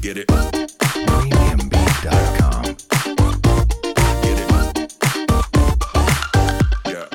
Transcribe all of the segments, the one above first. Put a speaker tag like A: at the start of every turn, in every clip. A: Get it. Premiumbeat.com. Get it. Yeah.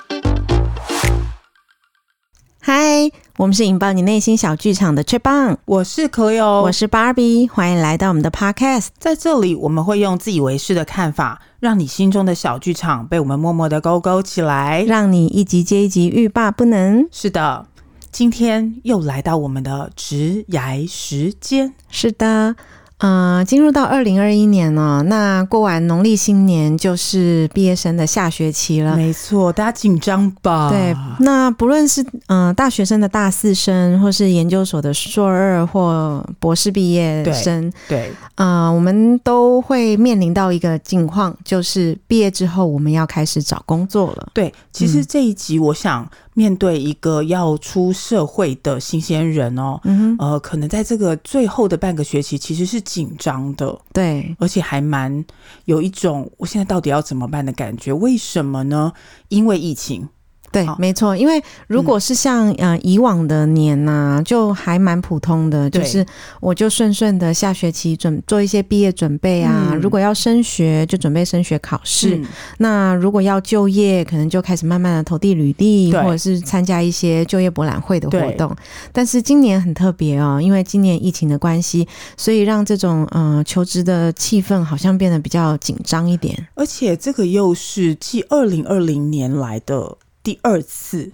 B: 嗨，我们是引爆你内心小剧场的雀棒，
C: 我是 Cleo，
B: 我是 Barbie，欢迎来到我们的 Podcast。
C: 在这里我们会用自以为是的看法，让你心中的小剧场被我们默默的勾勾起来。
B: 让你一集接一集欲罢不能。
C: 是的，今天又来到我们的植牙时间，
B: 是的，呃，进入到二零二一年了、那过完农历新年就是毕业生的下学期了。
C: 没错，大家紧张吧？
B: 对，那不论是嗯、呃、大学生的大四生，或是研究所的硕二或博士毕业生，
C: 对，
B: 呃，我们都会面临到一个境况，就是毕业之后我们要开始找工作了。
C: 对，其
B: 嗯
C: 实这一集我想面对一个要出社会的新鲜人哦，
B: 嗯哼，
C: 呃，可能在这个最后的半个学期其实是紧张的，
B: 对，
C: 而且还蛮有一种我现在到底要怎么办的感觉。为什么呢？因为疫情，
B: 对
C: 好，嗯
B: 没错，因为如果是像、呃以往的年呐、就还蛮普通的，
C: 对
B: 就是我就顺顺的下学期准做一些毕业准备啊，
C: 嗯
B: 如果要升学就准备升学考试，那如果要就业，可能就开始慢慢的投递履历，
C: 对
B: 或者是参加一些就业博览会的活
C: 对
B: 动。但是今年很特别哦，因为今年疫情的关系，所以让这种呃求职的气氛好像变得比较紧张一点。
C: 而且这个又是继二零二零年来的第二次，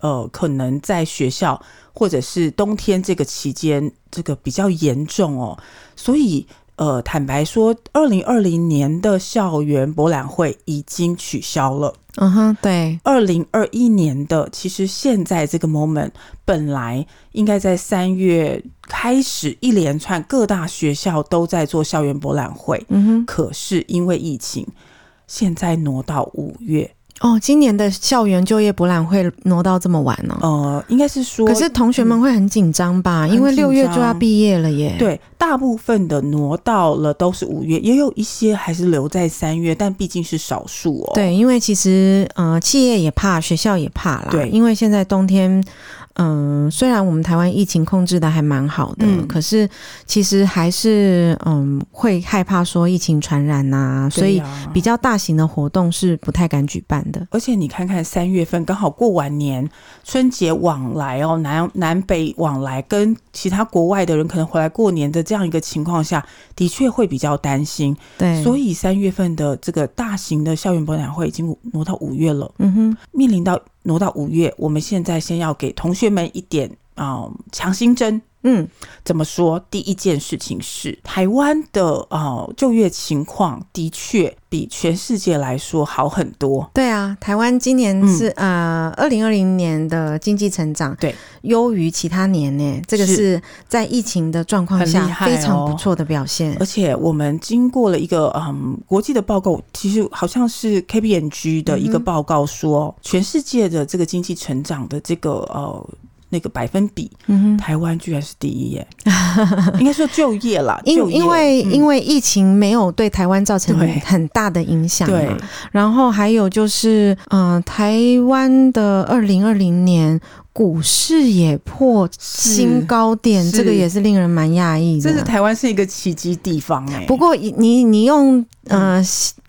C: 呃，可能在学校或者是冬天这个期间，这个比较严重哦。所以，呃，坦白说，二零二零年的校园博览会已经取消了。
B: 嗯哼，对，
C: 二零二一年的，其实现在这个 moment 本来应该在三月开始，一连串各大学校都在做校园博览会，
B: 嗯
C: 可是因为疫情，现在挪到五月，
B: 哼，哦，今年的校园就业博览会挪到这么晚呢、哦。
C: 呃，应该是说，嗯
B: 可是同学们会很紧张吧？因为
C: 很紧
B: 六月就要
C: 张
B: 毕业了耶。，
C: 对大部分的挪到了都是五月，也有一些还是留在三月，但毕竟是少数哦。
B: 对，因为其实呃，企业也怕，学校也怕啦。
C: 对
B: 因为现在冬天，嗯、虽然我们台湾疫情控制的还蛮好的，
C: 嗯
B: 可是其实还是嗯、会害怕说疫情传染呐、所
C: 对
B: 以
C: 呀，
B: 比较大型的活动是不太敢举办的。
C: 而且你看看三月份刚好过完年，春节往来哦，南南北往来，跟其他国外的人可能回来过年的这样一个情况下，的确会比较担心。
B: 对，
C: 所
B: 以
C: 以三月份的这个大型的校园博览会已经挪到五月了，
B: 嗯哼，
C: 面临到挪到五月，我们现在先要给同学们一点啊、嗯强心针。
B: 嗯，
C: 怎么说？第一件事情是，台湾的呃就业情况的确比全世界来说好很多。
B: 对啊，台湾今年
C: 嗯
B: 是、呃二零二零年的经济成长
C: 对
B: 优于其他年呢，这个
C: 是
B: 是在疫情的状况
C: 很
B: 下
C: 厉害
B: 非常不
C: 哦
B: 错的表现
C: 而。且我们经过了一个嗯国际的报告，其实好像是 KPMG 的一个
B: 嗯哼
C: 报告说，全世界的这个经济成长的这个呃那个百分比，
B: 嗯哼。
C: 台湾居然是第一耶， 应该说就业啦，
B: 因
C: 就业
B: 因为、
C: 嗯
B: 因为疫情没有对台湾造成
C: 对
B: 很大的影响、
C: 对
B: 啊，然后还有就是，嗯、台湾的二零二零年股市也破新高点，
C: 是
B: 这个也是令人蛮讶异
C: 这是
B: 的。
C: 台湾是一个奇迹地方哎，
B: 不过你你你用呃，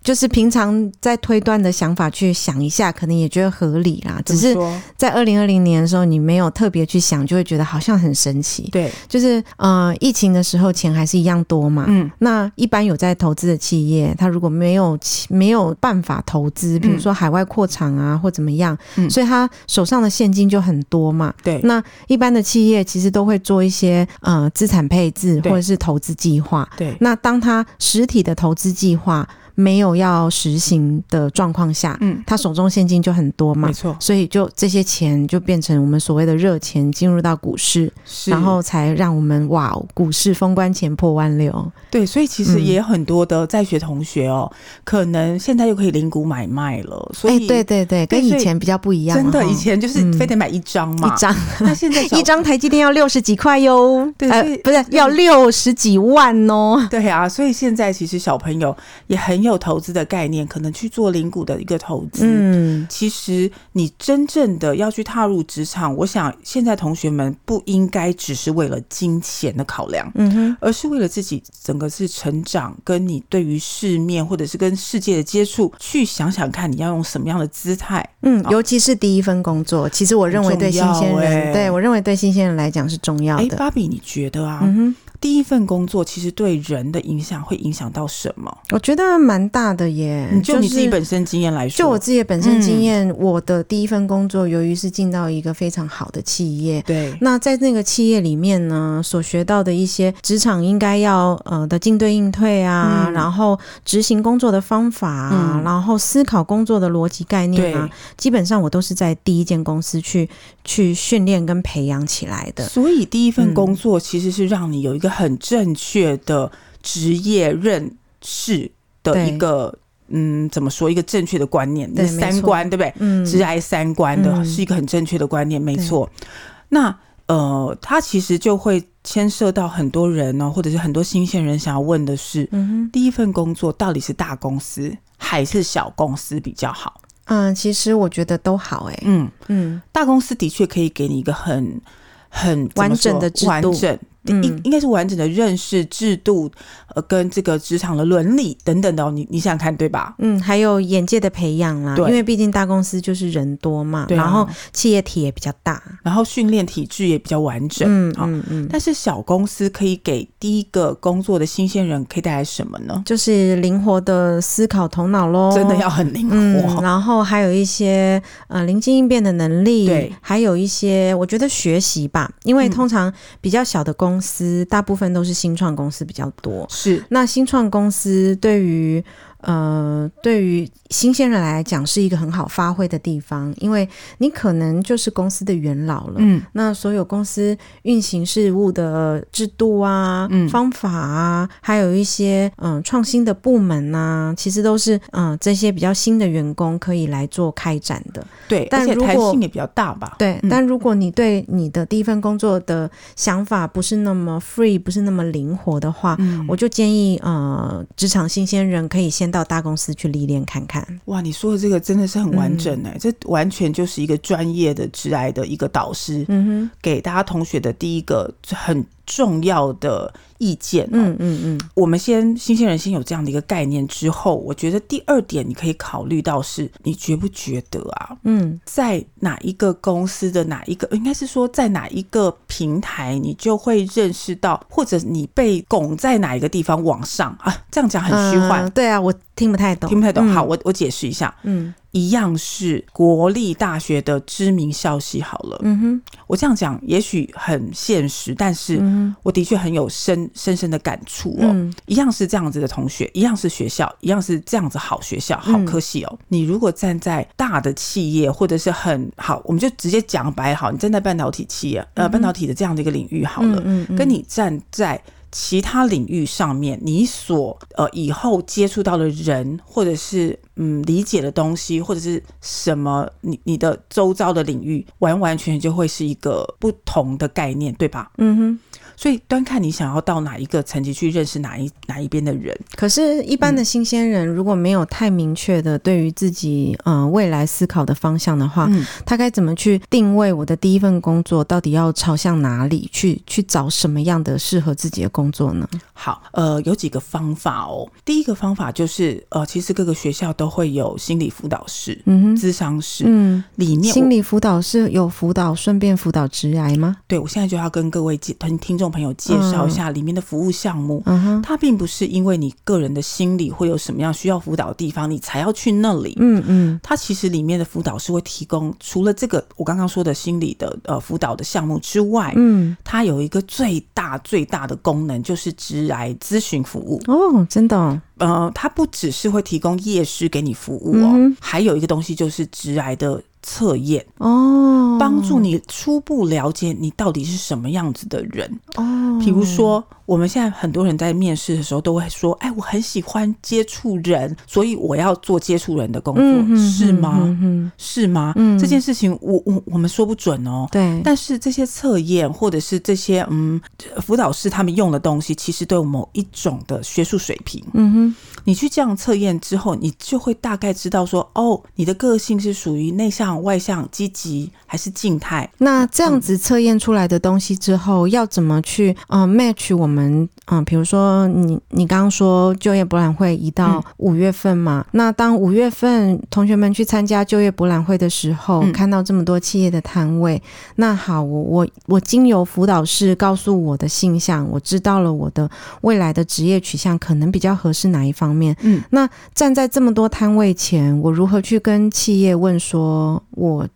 B: 就是平常在推断的想法去想一下，可能也觉得合理啦。只是
C: 怎么说
B: 在二零二零年的时候，你没有特别去想，就会觉得好像很神奇。
C: 对，
B: 就是呃，疫情的时候钱还是一样多嘛，
C: 嗯，
B: 那一般有在投资的企业，它如果没有其没有办法投资，比如说海外扩厂啊或怎么样，
C: 嗯
B: 所以它手上的现金就很多嘛。
C: 对
B: 那一般的企业其实都会做一些呃资产配置或
C: 对
B: 者是投资计划。
C: 对，
B: 那当它实体的投资计划没有要实行的状况下，
C: 嗯，
B: 它手中现金就很多嘛
C: 没。错，
B: 所以就这些钱就变成我们所谓的热钱进入到股市，
C: 是
B: 然后才让我们哇哦，股市封关前破万六。
C: 对，所以其实
B: 嗯
C: 也很多的在学同学哦，可能现在又可以零股买卖了，所
B: 哎、
C: 以
B: 对对对，跟
C: 对
B: 以
C: 所以
B: 前比较不一样了
C: 真
B: 哈，
C: 的以前就是
B: 嗯
C: 非得买一张嘛，
B: 一张
C: 那现在小
B: 一张台积电要六十几块哟，
C: 对
B: 呃
C: 所以，
B: 不是要六十几万哦，
C: 对啊，所以现在其实小朋友也很有投资的概念，可能去做零股的一个投资。
B: 嗯，
C: 其实你真正的要去踏入职场，我想现在同学们不应该只是为了金钱的考量，
B: 嗯哼，
C: 而是为了自己整个是成长，跟你对于世面或者是跟世界的接触，去想想看你要用什么样的姿态。
B: 嗯，
C: 好
B: 尤其是第一份工作，其实我认为对新鲜
C: 很重要
B: 人，
C: 欸
B: 对我认为对新鲜人来讲是重要
C: 哎，
B: 的。
C: 芭比，你觉得啊，
B: 嗯哼，
C: 第一份工作其实对人的影响会影响到什么？
B: 我觉得蛮大的耶。
C: 你嗯就你自己
B: 是
C: 本身经验来说，嗯
B: 就我自己的本身经验，我的第一份工作由于是进到一个非常好的企业，
C: 对，
B: 那在那个企业里面呢，所学到的一些职场应该要呃的进对应退啊，
C: 嗯
B: 然后执行工作的方法啊，
C: 嗯
B: 然后思考工作的逻辑概念啊
C: 对，
B: 基本上我都是在第一间公司去去训练跟培养起来的。
C: 所以第一份
B: 嗯
C: 工作其实是让你有一个很正确的职业认识的一
B: 对
C: 个，嗯，怎么说一个正确的观念，你的
B: 对没
C: 三
B: 错
C: 观对不对？
B: 嗯，
C: 致癌三观的、
B: 嗯
C: 是一个很正确的观念，没错。那呃，它其实就会牵涉到很多人呢、或者是很多新鲜人想要问的是，
B: 嗯哼，
C: 第一份工作到底是大公司还是小公司比较好？
B: 嗯，其实我觉得都好哎、
C: 嗯，
B: 嗯
C: 大公司的确可以给你一个很很怎么
B: 完
C: 说
B: 整的制
C: 完
B: 度
C: 整。应
B: 嗯
C: 应该是完整的认识制度，呃，跟这个职场的伦理等等的哦、你你想想看对吧？
B: 嗯，还有眼界的培养啦，因
C: 对
B: 为毕竟大公司就是人多嘛，
C: 对啊
B: 然后企业体也比较大。
C: 然后训练体制也比较完整，
B: 嗯
C: 好
B: 嗯嗯，
C: 但是小公司可以给第一个工作的新鲜人可以带来什么呢？
B: 就是灵活的思考头脑喽，
C: 真的要很灵
B: 哦嗯，
C: 活，
B: 然后还有一些呃灵机应变的能力，
C: 对
B: 还有一些我觉得学习吧，因为
C: 嗯
B: 通常比较小的公司，大部分都是新创公司比较多。
C: 是
B: 那新创公司对于呃对于新鲜人来讲是一个很好发挥的地方，因为你可能就是公司的元老了。
C: 嗯，
B: 那所有公司运行事务的制度啊、
C: 嗯
B: 方法啊，还有一些嗯创新的部门呐、其实都是嗯这些比较新的员工可以来做开展的。
C: 对，
B: 但
C: 而且
B: 如果
C: 弹性也比较大吧？
B: 对，
C: 嗯
B: 但如果你对你的第一份工作的想法不是那么 free，不是那么灵活的话，
C: 嗯
B: 我就建议呃职场新鲜人可以先到大公司去历练看看。
C: 哇，你说的这个真的是很完整
B: 嗯
C: 哎、这完全就是一个专业的职癌的一个导师、
B: 嗯哼，
C: 给大家同学的第一个很重要的意见、哦。
B: 嗯嗯嗯，
C: 我们先新鲜人先有这样的一个概念之后，我觉得第二点你可以考虑到是，你觉不觉得啊？
B: 嗯
C: 在哪一个公司的哪一个，应该是说在哪一个平台，你就会认识到，或者你被拱在哪一个地方往上啊？这样讲很虚幻，
B: 呃对啊，我听不太懂，
C: 听不太懂。
B: 嗯
C: 好，，我我解释一下，
B: 嗯
C: 一样是国立大学的知名校系。好了，
B: 嗯哼，
C: 我这样讲也许很现实，但是
B: 嗯
C: 我的确很有深深深的感触
B: 哼，
C: 哦。
B: 嗯
C: 一样是这样子的同学，一样是学校，一样是这样子好学校、好
B: 嗯
C: 科系哦。你如果站在大的企业，或者是很好，我们就直接讲白好，你站在半导体企业，呃，
B: 嗯哼
C: 半导体的这样的一个领域好了，
B: 嗯嗯嗯
C: 跟你站在。其他领域上面，你所呃以后接触到的人，或者是嗯理解的东西，或者是什么，你你的周遭的领域，完完全全就会是一个不同的概念，对吧？
B: 嗯哼。
C: 所以端看你想要到哪一个层级去认识哪一哪一边的人。
B: 可是，一般的新鲜人如果没有太明确的对于自己呃未来思考的方向的话，
C: 嗯，
B: 他该怎么去定位我的第一份工作到底要朝向哪里去去找什么样的适合自己的工作呢？
C: 好，呃，有几个方法哦。第一个方法就是，呃，其实各个学校都会有心理辅导室、
B: 嗯哼，
C: 咨商室，
B: 嗯，
C: 里面
B: 心
C: 我
B: 理辅导是有辅导，顺便辅导职癌吗？
C: 对我现在就要跟各位介听听众朋友介绍一下里面的服务项目。
B: 嗯哼，
C: 它并不是因为你个人的心理会有什么样需要辅导的地方，你才要去那里。
B: 嗯嗯
C: 它其实里面的辅导是会提供，除了这个我刚刚说的心理的呃辅导的项目之外，
B: 嗯，
C: 它有一个最大最大的功能就是直癌咨询服务。
B: 哦，真的、哦，
C: 呃，它不只是会提供夜市给你服务哦，
B: 嗯哼
C: 还有一个东西就是直癌的测验，
B: 哦，
C: 帮助你初步了解你到底是什么样子的人。
B: 哦，
C: 比如说，我们现在很多人在面试的时候都会说：“哎，我很喜欢接触人，所以我要做接触人的工作，
B: 嗯哼
C: 是吗？
B: 嗯哼
C: 是吗？”
B: 嗯
C: 这件事情我我我们说不准哦。
B: 对，
C: 但是这些测验或者是这些嗯辅导师他们用的东西，其实都有某一种的学术水平。
B: 嗯哼，
C: 你去这样测验之后，你就会大概知道说，哦，你的个性是属于内向、外向、积极还是静态。
B: 那这样子测验出来的东西之后，要怎么去嗯、呃 match 我们嗯、呃比如说你你刚刚说就业博览会移
C: 嗯
B: 到五月份嘛，那当五月份同学们去参加就业博览会的时候，
C: 嗯
B: 看到这么多企业的摊位，那好，我我我经由辅导室告诉我的性向，我知道了我的未来的职业取向可能比较合适哪一方面，
C: 嗯，
B: 那站在这么多摊位前，我如何去跟企业问说我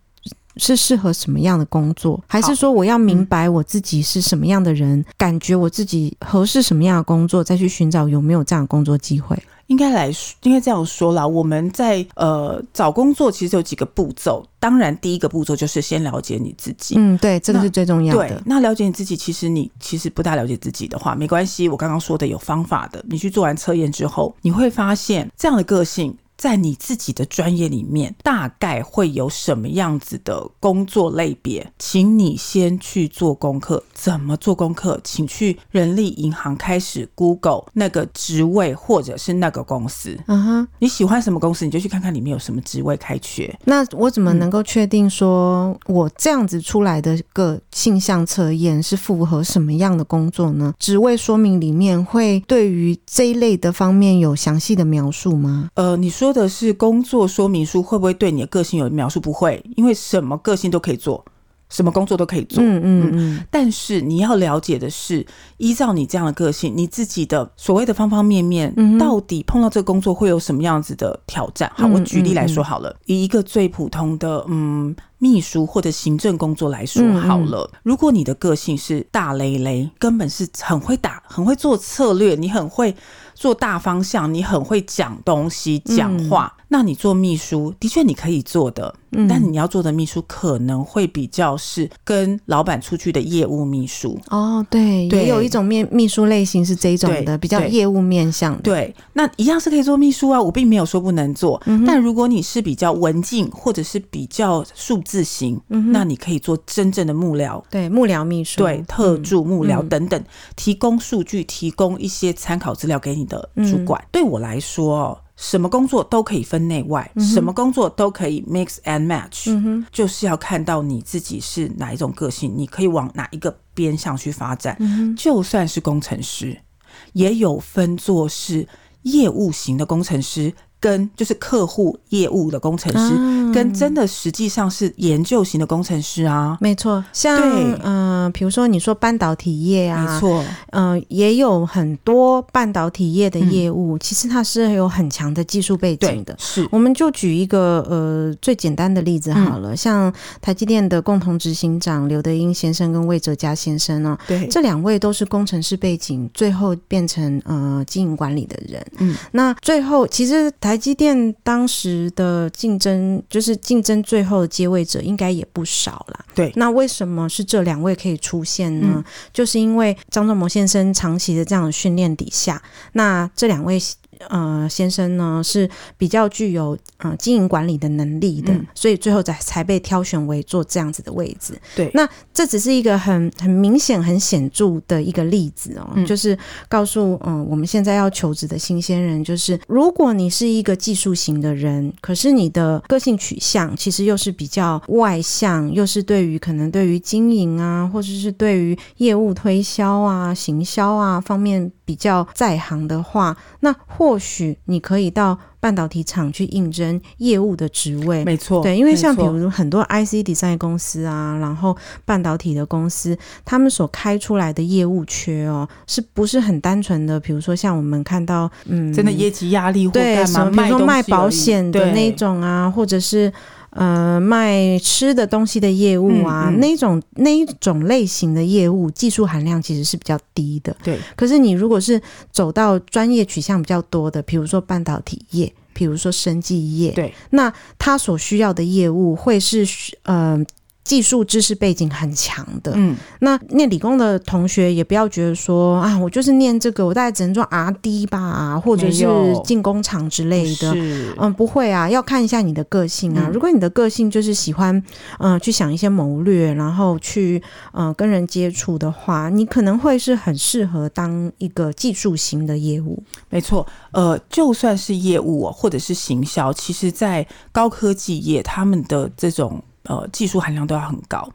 B: 是适合什么样的工作，还是说我要明白我自己是什么样的人，感觉我自己合适什么样的工作，再去寻找有没有这样的工作机会？
C: 应该来说，应该这样说啦。我们在呃找工作其实有几个步骤，当然第一个步骤就是先了解你自己。
B: 嗯，对，这个是最重要
C: 对
B: 的，。
C: 那了解你自己，其实你其实不大了解自己的话，没关系。我刚刚说的有方法的，你去做完测验之后，你会发现这样的个性在你自己的专业里面大概会有什么样子的工作类别，请你先去做功课。怎么做功课？请去人力银行开始 Google 那个职位或者是那个公司。
B: 嗯哼，
C: 你喜欢什么公司，你就去看看里面有什么职位开缺。
B: 那我怎么能够确定说我这样子出来的个性向测验是符合什么样的工作呢？职位说明里面会对于这一类的方面有详细的描述吗？
C: 呃，你说的是工作说明书会不会对你的个性有描述？不会，因为什么个性都可以做，什么工作都可以做。
B: 嗯嗯嗯，
C: 但是你要了解的是，依照你这样的个性，你自己的所谓的方方面面，
B: 嗯哼
C: 到底碰到这个工作会有什么样子的挑战？好，
B: 嗯
C: 我举例来
B: 嗯
C: 说
B: 嗯
C: 好了，以一个最普通的嗯秘书或者行政工作来说
B: 嗯嗯
C: 好了，如果你的个性是大雷雷，根本是很会打，很会做策略，你很会做大方向，你很会讲东西、讲话。那你做秘书，的确你可以做的，
B: 嗯
C: 但你要做的秘书可能会比较是跟老板出去的业务秘书。
B: 哦，对，
C: 对
B: 也有一种面秘书类型是这一种
C: 对
B: 的，比较
C: 对
B: 业务面向的。
C: 对，那一样是可以做秘书啊，我并没有说不能做。但如果你是比较文静或者是比较数字型，那你可以做真正的幕僚。
B: 对，幕僚秘书，
C: 对，特
B: 嗯
C: 助、幕僚
B: 嗯
C: 等等，提供数据、提供一些参考资料给你的
B: 嗯
C: 主管。对我来说哦，什么工作都可以分内外，
B: 嗯
C: 什么工作都可以 mix and match，、就是要看到你自己是哪一种个性，你可以往哪一个边向去发展。
B: 嗯
C: 就算是工程师，也有分作是业务型的工程师。跟就是客户业务的工程师，
B: 啊
C: 跟真的实际上是研究型的工程师啊，
B: 没错，像
C: 对
B: 嗯，比、如说你说半导体业啊，
C: 没错，
B: 嗯、也有很多半导体业的业务，其实它是有很强的技术背景
C: 嗯对
B: 的。
C: 是
B: 我们就举一个呃最简单的例子
C: 嗯
B: 好了，像台积电的共同执行长刘德英先生跟魏哲嘉先生哦，
C: 对，
B: 这两位都是工程师背景，最后变成呃经营管理的人。
C: 嗯，
B: 那最后其实台积电当时的竞争，就是竞争最后的接位者应该也不少啦。
C: 对
B: 那为什么是这两位可以出现呢？
C: 嗯
B: 就是因为张仲谋先生长期的这样的训练底下，那这两位。呃，先生呢是比较具有呃经营管理的能力的，
C: 嗯
B: 所以最后才才被挑选为做这样子的位置。
C: 对
B: 那这只是一个很很明显、很显著的一个例子哦，
C: 嗯
B: 就是告诉嗯、呃我们现在要求职的新鲜人，就是如果你是一个技术型的人，可是你的个性取向其实又是比较外向，又是对于可能对于经营啊，或者是对于业务推销啊、行销啊方面比较在行的话，那或许你可以到半导体厂去应征业务的职位。
C: 没错，
B: 对，因为像
C: 没
B: 比
C: 错
B: 如很多 IC design 公司啊，然后半导体的公司，他们所开出来的业务缺哦，是不是很单纯的？比如说像我们看到，嗯，
C: 真的业绩压力或
B: 对
C: 干
B: 什
C: 嘛，
B: 么，比如说
C: 东西
B: 卖
C: 而已
B: 保险的
C: 对
B: 那种啊，或者是。呃，卖吃的东西的业务啊，
C: 嗯嗯
B: 那种那一种类型的业务，技术含量其实是比较低的。
C: 对
B: 可是你如果是走到专业取向比较多的，比如说半导体业，比如说生技业，
C: 对
B: 那他所需要的业务会是需呃技术知识背景很强的。
C: 嗯，
B: 那念理工的同学也不要觉得说啊，我就是念这个，我大概只能做 R D 吧，或者是
C: 没有
B: 进工厂之类的。
C: 是，
B: 嗯，不会啊，要看一下你的个性啊。
C: 嗯
B: 如果你的个性就是喜欢，嗯、去想一些谋略，然后去，嗯，跟人接触的话，你可能会是很适合当一个技术型的业务。
C: 没错，呃，就算是业务、哦、或者是行销，其实在高科技业，他们的这种呃技术含量都要很高，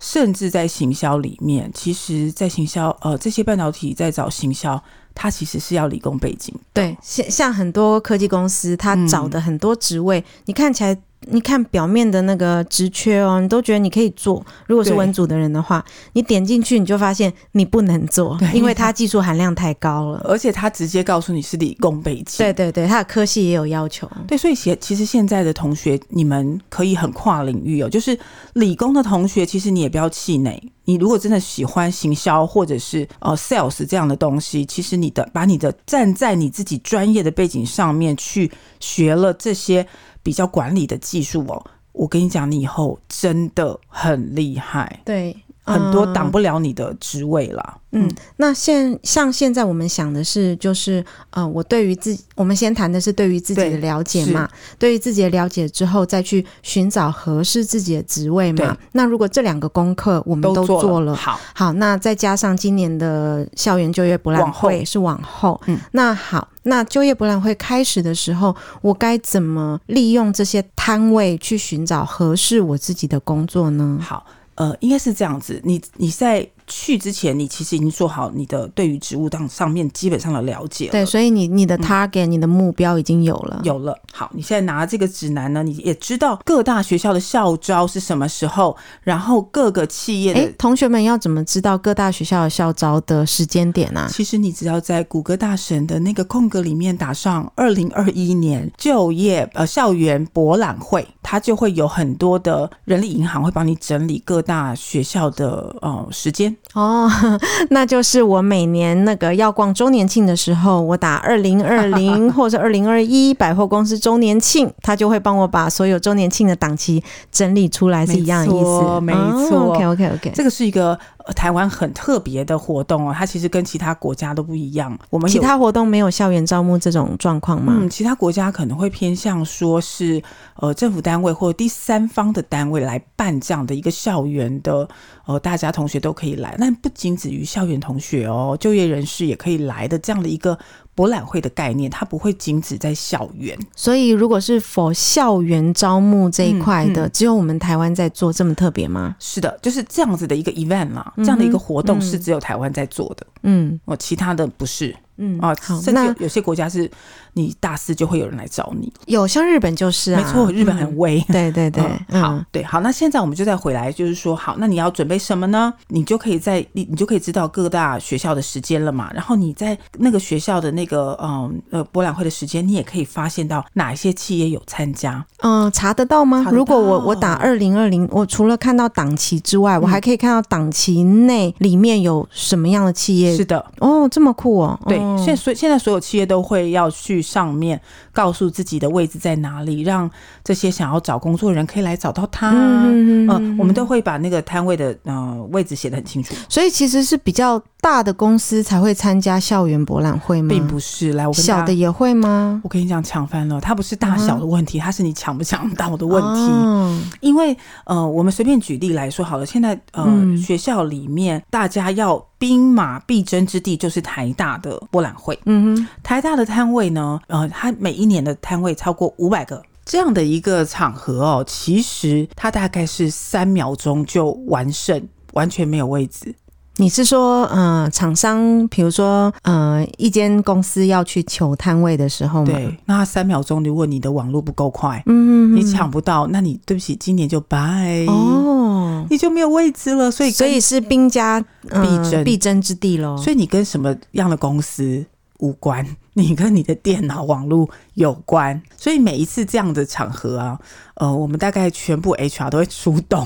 C: 甚至在行销里面，其实，在行销呃这些半导体在找行销，它其实是要理工背景，
B: 对，像像很多科技公司，它
C: 嗯
B: 找的很多职位，你看起来，你看表面的那个职缺哦，你都觉得你可以做。如果是
C: 对
B: 文组的人的话，你点进去你就发现你不能做，因为它技术含量太高 了。
C: 而且它直接告诉你呃是理工背景。
B: 对对对，它的科系也有要求。
C: 对，所以其其实现在的同学，你们可以很跨领域哦。就是理工的同学，其实你也不要气馁。你如果真的喜欢行销或者是呃 sales 这样的东西，其实你的把你的站在你自己专业的背景上面去学了这些比较管理的技术哦，我跟你讲，你以后真的很厉害，
B: 对，
C: 很多
B: 嗯
C: 挡不了你的职位啦。
B: 嗯，那现像现在我们想的是，就是呃，我对于自己，我们先谈的是对于自己的
C: 对
B: 了解嘛，对于自己的了解之后，再去寻找合适自己的职位嘛
C: 对。
B: 那如果这两个功课我们
C: 都
B: 都
C: 做
B: 做了，
C: 好，
B: 好，那再加上今年的校园就业博览
C: 往后
B: 会是往后，
C: 嗯
B: 那好，那就业博览会开始的时候，我该怎么利用这些摊位去寻找合适我自己的工作呢？
C: 好，呃，应该是这样子。你你在去之前，你其实已经做好你的对于职务当上面基本上的了解了。
B: 对，所以你你的 target、你的目标已经有了，
C: 有了，好，你现在拿这个指南呢，你也知道各大学校的校招是什么时候，然后各个企业的，
B: 诶，同学们要怎么知道各大学校的校招的时间点啊？
C: 其实你只要在谷歌大神的那个空格里面打上“二零二一年就业呃校园博览会”，它就会有很多的人力银行会帮你整理各大学校的呃时间，
B: 哦， 那就是我每年那个要逛周年庆的时候，我打二零二 零或者二零二一百货公司周年庆，他就会帮我把所有周年庆的档期整理出来，是一样的意思。哦
C: 没错没错
B: OK OK OK。
C: 这个是一个、呃台湾很特别的活动哦，它其实跟其他国家都不一样。我们
B: 其
C: 有
B: 他活动没有校园招募这种状况吗？
C: 嗯，其他国家可能会偏向说是呃政府单位或第三方的单位来办这样的一个校园的呃大家同学都可以来，但不仅止于校园同学哦，就业人士也可以来的这样的一个博览会的概念，它不会仅止在校园。
B: 所以如果是否校园招募这一块的，
C: 嗯嗯
B: 只有我们台湾在做这么特别吗？
C: 是的，就是这样子的一个 event 啦，这样的一个活
B: 嗯
C: 动
B: 哼
C: 是只有台湾在做的，
B: 嗯
C: 哦、其他的不是
B: 嗯
C: 啊，
B: 好，
C: 甚至
B: 那
C: 有有些国家是你大四就会有人来找你，
B: 有像日本就是啊，
C: 没错，日本很
B: 嗯
C: 威。
B: 对对对，
C: 嗯
B: 嗯
C: 好，对，好，那现在我们就再回来，就是说，好，那你要准备什么呢？你就可以在你你就可以知道各大学校的时间了嘛。然后你在那个学校的那个嗯呃博览会的时间，你也可以发现到哪一些企业有参加。
B: 嗯，查得到吗？
C: 查得到
B: 如果我我打二零二零，我除了看到档期之
C: 嗯
B: 外，我还可以看到档期内里面有什么样的企业。
C: 是的，
B: 哦，这么酷哦！
C: 对，
B: 哦
C: 现在所以现在所有企业都会要去上面告诉自己的位置在哪里，让这些想要找工作的人可以来找到他。嗯
B: 嗯嗯
C: 我们都会把那个摊位的呃位置写得很清楚，
B: 所以其实是比较大的公司才会参加校园博览会吗？
C: 并不是来我跟
B: 嗯
C: 大
B: 小
C: 家
B: 的也会吗？
C: 我跟你讲，抢翻了，它不是大小的问题，它是你抢不抢到的问题。
B: 嗯哦
C: 因为呃，我们随便举例来说好了，现在呃、
B: 嗯
C: 学校里面大家要兵马必争之地就是台大的博览会，
B: 嗯哼，
C: 台大的摊位呢，呃，它每一年的摊位超过五百个。这样的一个场合哦，其实它大概是三秒钟就完胜，完全没有位置。
B: 你是说，呃，厂商，比如说，呃，一间公司要去求摊位的时候吗？
C: 对，那它三秒钟，如果你的网络不够快，
B: 嗯，嗯，嗯
C: 你抢不到，那你对不起，今年就拜
B: 哦，
C: 你就没有位置了，所以
B: 所以哦是兵家、呃
C: 嗯必争
B: 必争之地喽。
C: 所以你跟什么样的公司无关， 你跟你的电脑网络有关。所以每一次这样的场合啊，呃，我们大概全部 HR 都会出动。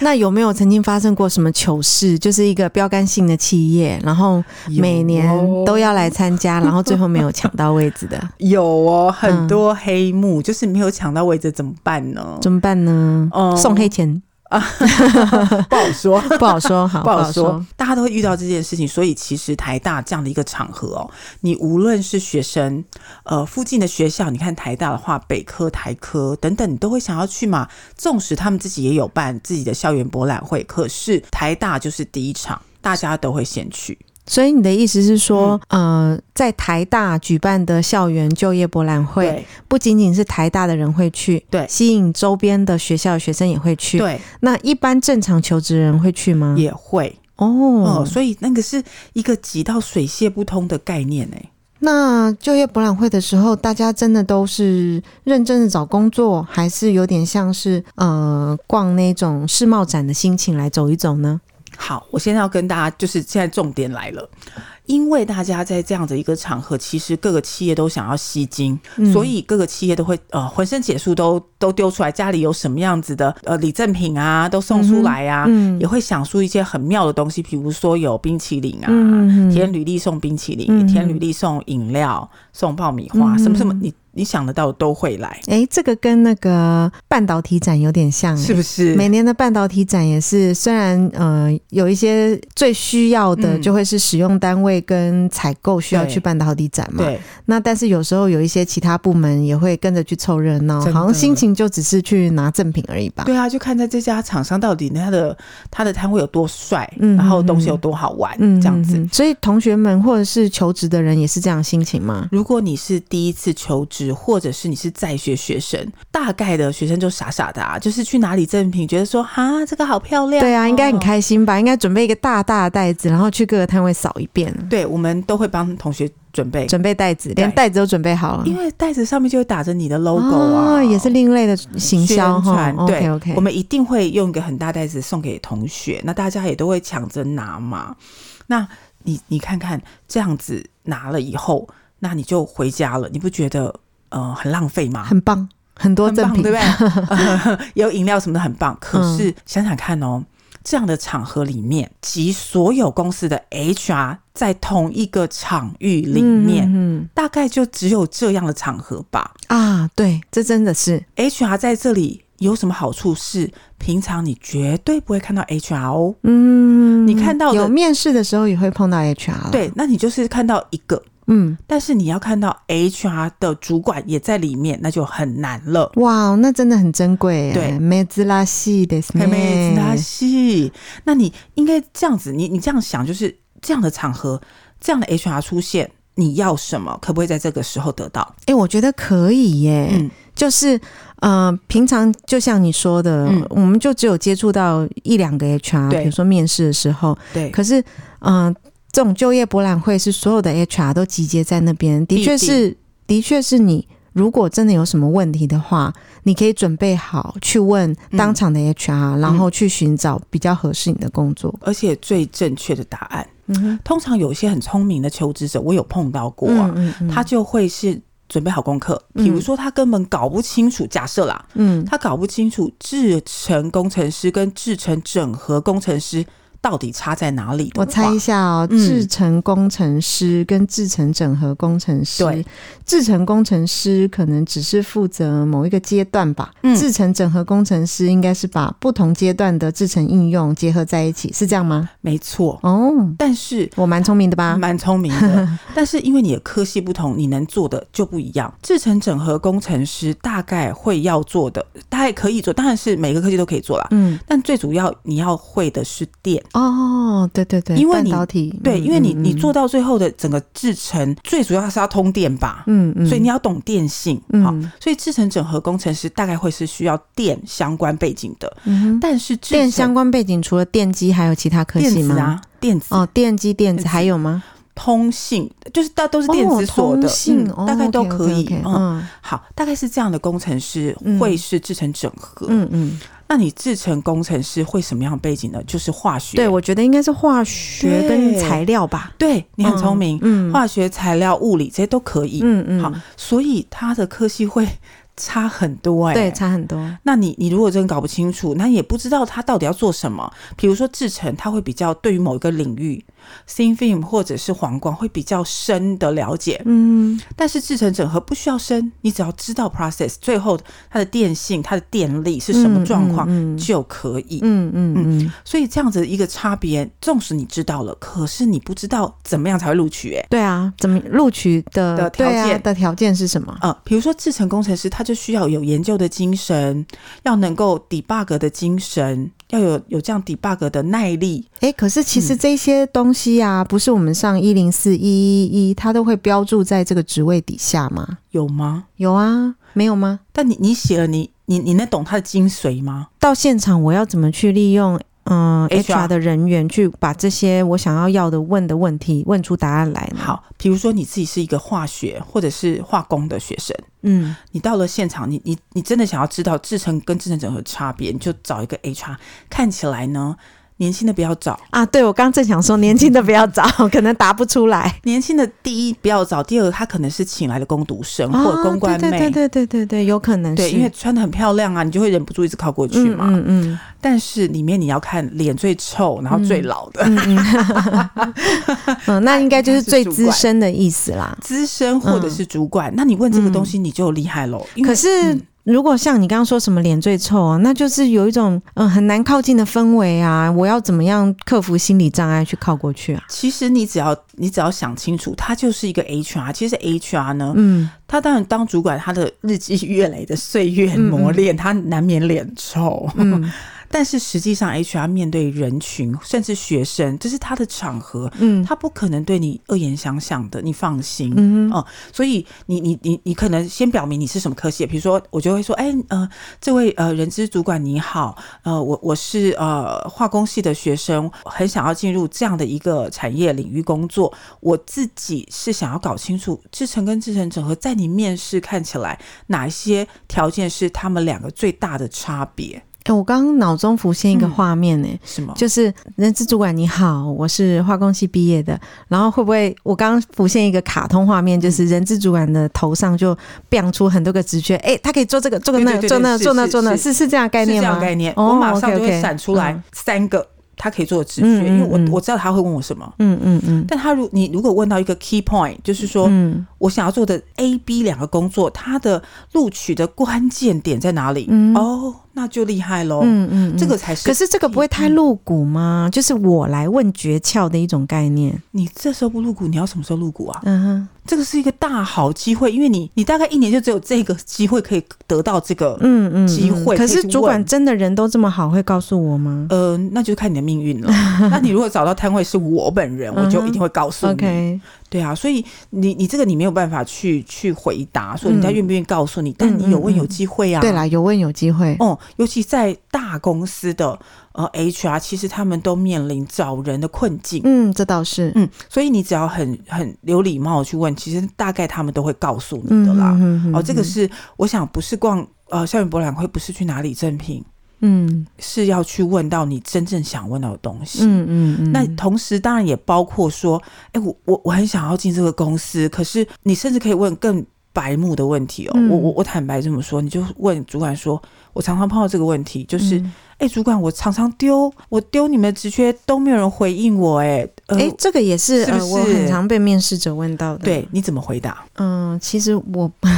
B: 那有没有曾经发生过什么糗事？就是一个标杆性的企业，然后
C: 哦
B: 每年都要来参 加，然后最后没有抢到位置的，
C: 有
B: 嗯
C: 哦，很多黑幕，就是没有抢到位置怎么办呢？
B: 怎么办呢？
C: 哦
B: 送黑钱
C: 不好说，
B: 不好说， 好
C: 不好
B: 说
C: 说。，大家都会遇到这件事情，所以其实台大这样的一个场合哦，你无论是学生，呃，附近的学校，你看台大的话，北科、台科等等，你都会想要去嘛。纵使他们自己也有办自己的校园博览会，可是台大就是第一场，大家都会先去。
B: 所以你的意思是说，
C: 嗯
B: 呃，在台大举办的校园就业博览会，
C: 对
B: 不仅仅是台大的人会去，
C: 对
B: 吸引周边的学校的学生也会去。
C: 对，
B: 那一般正常求职人会去吗？
C: 也会哦、
B: 哦，
C: 所以那个是一个挤到水泄不通的概念呢、欸
B: 那就业博览会的时候，大家真的都是认真的找工作，还是有点像是呃逛那种世贸展的心情来走一走呢？
C: 好，我现在要跟大家，就是现在重点来了，因为大家在这样的一个场合，其实各个企业都想要吸金，
B: 嗯
C: 所以各个企业都会呃浑身解数都都丢出来，家里有什么样子的呃礼赠品啊，都送出来啊，
B: 嗯
C: 也会想出一些很妙的东西，比如说有冰淇淋啊。
B: 嗯
C: 填履历送冰淇淋，
B: 嗯
C: 填履历送饮料，送爆米花，
B: 嗯
C: 什么什么，你你想得到都会来，
B: 哎、这个跟那个半导体展有点像、诶
C: 是不是？
B: 每年的半导体展也是，虽然呃有一些最需要的
C: 嗯
B: 就会是使用单位跟采购需要去
C: 对
B: 办导体展嘛，
C: 对，
B: 那但是有时候有一些其他部门也会跟着去凑热闹，
C: 真的
B: 好像心情就只是去拿赠品而已吧。
C: 对啊，就看在这家厂商到底他的他的摊位有多帅，
B: 嗯
C: 然后东西有多好玩，
B: 嗯，
C: 这样
B: 嗯
C: 子。
B: 嗯所以同学们或者是求职的人也是这样心情吗？
C: 如果你是第一次求职，或者是你是在学学生，大概的学生就傻傻的、啊，就是去哪里赠品，觉得说哈这个好漂亮哦、
B: 对啊，应该很开心吧？应该准备一个大大的袋子，然后去各个摊位扫一遍，
C: 对，我们都会帮同学准备，
B: 准备袋子，连
C: 对
B: 袋子都准备好了。
C: 因为袋子上面就会打着你的 logo 啊，
B: 哦，也是另类的行销
C: 宣
B: 哈哦
C: 传。。对
B: OK OK，
C: 我们一定会用一个很大袋子送给同学，那大家也都会抢着拿嘛。那你你看看这样子拿了以后，那你就回家了，你不觉得呃很浪费吗？
B: 很棒，很多
C: 很
B: 赠
C: 棒，
B: 品，嗯
C: 对不对？ 有饮料什么的很棒，可是想想看哦。这样的场合里面，集所有公司的 HR 在同一个场域里面，
B: 嗯
C: 大概就只有这样的场合吧。
B: 嗯啊，对，这真的是
C: HR 在这里有什么好处是，平常你绝对不会看到 HR 哦。
B: 嗯，
C: 你看到的
B: 有面试的时候也会碰到 HR 了，，
C: 对，那你就是看到一个，
B: 嗯，
C: 但是你要看到 HR 的主管也在里面，那就很难了。
B: 哇，那真的很珍贵耶，
C: 对
B: 梅子拉西的，
C: 还没拉西，那你应该这样子，你你这样想，就是这样的场合，这样的 HR 出现，你要什么？可不可以在这个时候得到？
B: 哎、我觉得可以耶，
C: 嗯
B: 就是呃，平常就像你说的，
C: 嗯
B: 我们就只有接触到一两个 HR，
C: 对
B: 比如说面试的时候，
C: 对，
B: 可是嗯、呃这种就业博览会是所有的 HR 都集结在那边，的确
C: 必定
B: 是，的确是你。如果真的有什么问题的话，你可以准备好去问
C: 嗯
B: 当场的 HR，、然后去寻找比较合适你的工作。
C: 而且最正确的答案，
B: 嗯哼，
C: 通常有一些很聪明的求职者，我有碰到过啊，
B: 嗯嗯
C: 他就会是准备好功课。比如说，他根本搞不清楚，假设啦，
B: 嗯，
C: 他搞不清楚制程工程师跟制程整合工程师到底差在哪里的
B: 我猜
C: 话
B: 一下哦，
C: 嗯
B: 制程工程师跟制程整合工程师，
C: 对，
B: 制程工程师可能只是负责某一个阶段吧，
C: 嗯
B: 制程整合工程师应该是把不同阶段的制程应用结合在一起，是这样吗？
C: 没错，
B: 哦，啊
C: 但是。
B: 我蛮聪明的吧？
C: 蛮聪明 的，但是因为你的科系不同，你能做的就不一样。制程整合工程师大概会要做的，大概可以做，当然是每个科技都可以做啦。
B: 嗯，
C: 但最主要你要会的是电，
B: 哦，对对对，
C: 因为
B: 半
C: 你
B: 导体，
C: 对，
B: 嗯
C: 因为你
B: 嗯
C: 你做到最后的整个制程，最主要是要通电吧，
B: 嗯嗯，
C: 所以你要懂电信。好，
B: 嗯
C: 所以制程整合工程师大概会是需要电相关背景的，
B: 嗯哼
C: 但是制程
B: 电相关背景除了电机还有其他科
C: 电
B: 系
C: 子
B: 吗？
C: 啊，电子、
B: 哦，电机电子
C: 电子
B: 还有吗？
C: 通信，就是大都是电子所
B: 哦
C: 的，
B: 通信
C: 嗯
B: 哦
C: 大概都可以。
B: OK，OK，OK，
C: 嗯，
B: 嗯
C: 好，大概是这样的工程师
B: 嗯
C: 会是制成整合。
B: 嗯嗯。
C: 那你制成工程师会什么样的背景呢？就是化学。
B: 对，我觉得应该是化学跟
C: 对
B: 材料吧。
C: 对你很聪明，
B: 嗯，
C: 化学、材料、物理这些都可以。
B: 嗯嗯，
C: 好，所以他的科系会差很多哎、
B: 对，差很多。
C: 那你你如果真搞不清楚，那也不知道他到底要做什么。比如说制成，他会比较对于某一个领域，新 film 或者是皇冠会比较深的了解，
B: 嗯，
C: 但是制成整合不需要深，你只要知道 process 最后它的电性、它的电力是什么状况
B: 嗯
C: 就可以。
B: 嗯嗯嗯嗯，
C: 所以这样子一个差别，纵使你知道了，可是你不知道怎么样才会录取、欸。
B: 对啊，怎么录取的
C: 的条
B: 对啊
C: 件
B: 的条件是什么？
C: 呃，比如说制成工程师，他就需要有研究的精神，要能够 debug 的精神，要有有这样 debug 的耐力，
B: 哎，可是其实
C: 嗯
B: 这些东西啊，不是我们上一零四一一一，它都会标注在这个职位底下吗？
C: 有吗？
B: 有啊，没有吗？
C: 但你你写了你，你你能懂它的精髓吗？
B: 到现场我要怎么去利用嗯
C: HR
B: HR 的人员去把这些我想要要的问的问题问出答案来呢？，
C: 好，比如说你自己是一个化学或者是化工的学生，
B: 嗯
C: 你到了现场，你你你真的想要知道制成跟制成整合的差别，你就找一个 HR，看起来呢年轻的不要找，
B: 啊，对我刚正想说年轻的不要找， 可能答不出来。
C: 年轻的第一不要找，第二他可能是请来的工读生或者
B: 啊
C: 公关
B: 对
C: 妹。
B: 对对对对对对，有可能
C: 对，
B: 是
C: 因为穿的很漂亮啊，你就会忍不住一直靠过去嘛。
B: 嗯 嗯
C: 但是里面你要看脸最臭，然后最老的、
B: 嗯嗯嗯嗯，那应该就是最
C: 他是主
B: 资
C: 管
B: 深的意思啦。
C: 资深或者是主管，那你问这个东西你就厉害喽。 因
B: 嗯
C: 为嗯
B: 可是。如果像你刚刚说什么脸最臭啊，那就是有一种嗯很难靠近的氛围啊。我要怎么样克服心理障碍去靠过去啊？
C: 其实你只要你只要想清楚，它就是一个 HR。其实 HR 呢，
B: 嗯，
C: 他当然当主管，他的日积月累的岁月磨练，他难免脸臭。
B: 嗯
C: 但是实际上，HR 面对人群甚至学生，这是他的场合，
B: 嗯
C: 他不可能对你恶言相向的，你放心。
B: 嗯
C: 哦，所以你你你你可能先表明你是什么科系，比如说我就会说，哎、呃，这位呃人资主管你好，呃，我我是呃化工系的学生，很想要进入这样的一个产业领域工作，我自己是想要搞清楚制成跟制成整合在你面试看起来哪一些条件是他们两个最大的差别，
B: 哎、我刚刚脑中浮现一
C: 嗯
B: 个画面呢、
C: 是吗？
B: 就是人资主管你好，我是化工系毕业的，然后会不会我刚刚浮现一个卡通画面，
C: 嗯
B: 就是人资主管的头上就变出很多个职缺，哎、他可以做这个，做个那
C: 对
B: 个，
C: 对对
B: 做那
C: 是
B: 个，做那个，
C: 是
B: 做那个，
C: 是
B: 是是这样的概念
C: 是这
B: 吗？
C: 样概念，
B: 哦
C: 我马上就
B: OK，OK，
C: 会闪出来
B: 嗯
C: 三个他可以做的职
B: 嗯
C: 缺，因为
B: 嗯嗯
C: 我我知道他会问我什么。
B: 嗯嗯嗯
C: 但他如你如果问到一个 key point，就是说，
B: 嗯
C: 我想要做的 A、B 两个工作，它的录取的关键点在哪里？
B: 嗯
C: 哦，那就厉害喽。
B: 嗯嗯，嗯
C: 这个嗯才是。
B: 可是这个不会太露骨吗？就是我来问诀窍的一种概念。
C: 你这时候不入股，你要什么时候入股啊？
B: 嗯哼，
C: 这个是一个大好机会，因为你你大概一年就只有这个机会可以得到这个，嗯、
B: 嗯嗯，
C: 机会
B: 可
C: 可
B: 是
C: 以去
B: 主管
C: 问
B: 真的人都这么好，会告诉我吗
C: 呃，那就看你的命运 了。那你如果找到摊位是我本人，我就一定会告诉
B: 嗯
C: 你。
B: ？OK，
C: 对啊，所以你你这个你没有办法去去回答，说人家
B: 嗯
C: 愿不愿意告诉你，但你有问有机会啊。
B: 对啦，有问有机会。
C: 哦，尤其在大公司的呃 HR，其实他们都面临找人的困境。
B: 嗯，这倒是。
C: 嗯，所以你只要很很有礼貌地去问，其实大概他们都会告诉你
B: 嗯
C: 的啦。
B: 嗯嗯
C: 哦，这个是我想不是逛呃校园博览会，不是去哪里赠品，
B: 嗯
C: 是要去问到你真正想问到的东西。
B: 嗯嗯嗯，
C: 那同时当然也包括说，哎、我我我很想要进这个公司，可是你甚至可以问更白目的问题哦。
B: 嗯
C: 我我我坦白这么说，你就问主管说，我常常碰到这个问题，就是，
B: 嗯
C: 哎、主管，我常常丢，我丢你们的职缺都没有人回应我、哎，呃，
B: 哎，这个也是
C: 是不
B: 呃，我
C: 是
B: 很常被面试者问到的。，
C: 对，你怎么回答？
B: 嗯，其实我
C: 不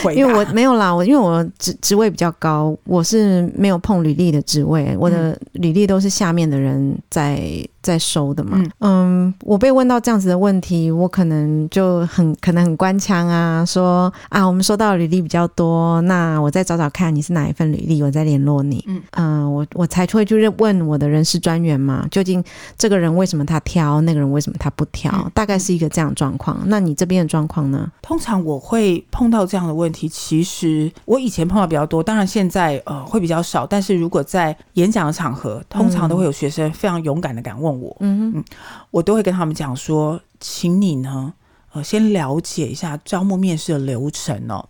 C: 回答，
B: 嗯因为我没有啦，我因为我职职位比较高，我是没有碰履历的职
C: 嗯
B: 位，我的履历都是下面的人在在收的嘛。嗯我被问到这样子的问题，我可能就很可能很官腔啊，说啊，我们收到的履历比较多，那我再找找看你是哪一份履历，我再联络你。
C: 嗯
B: 嗯、我我才会去问我的人事专员嘛，究竟这个人为什么他挑，那个人为什么他不挑，
C: 嗯
B: 大概是一个这样的状况。那你这边的状况呢？
C: 通常我会碰到这样的问题，其实我以前碰到比较多，当然现在呃会比较少。但是如果在演讲的场合，通常都会有学生非常勇敢的敢问我，
B: 嗯哼
C: 我都会跟他们讲说，请你呢呃先了解一下招募面试的流程哦。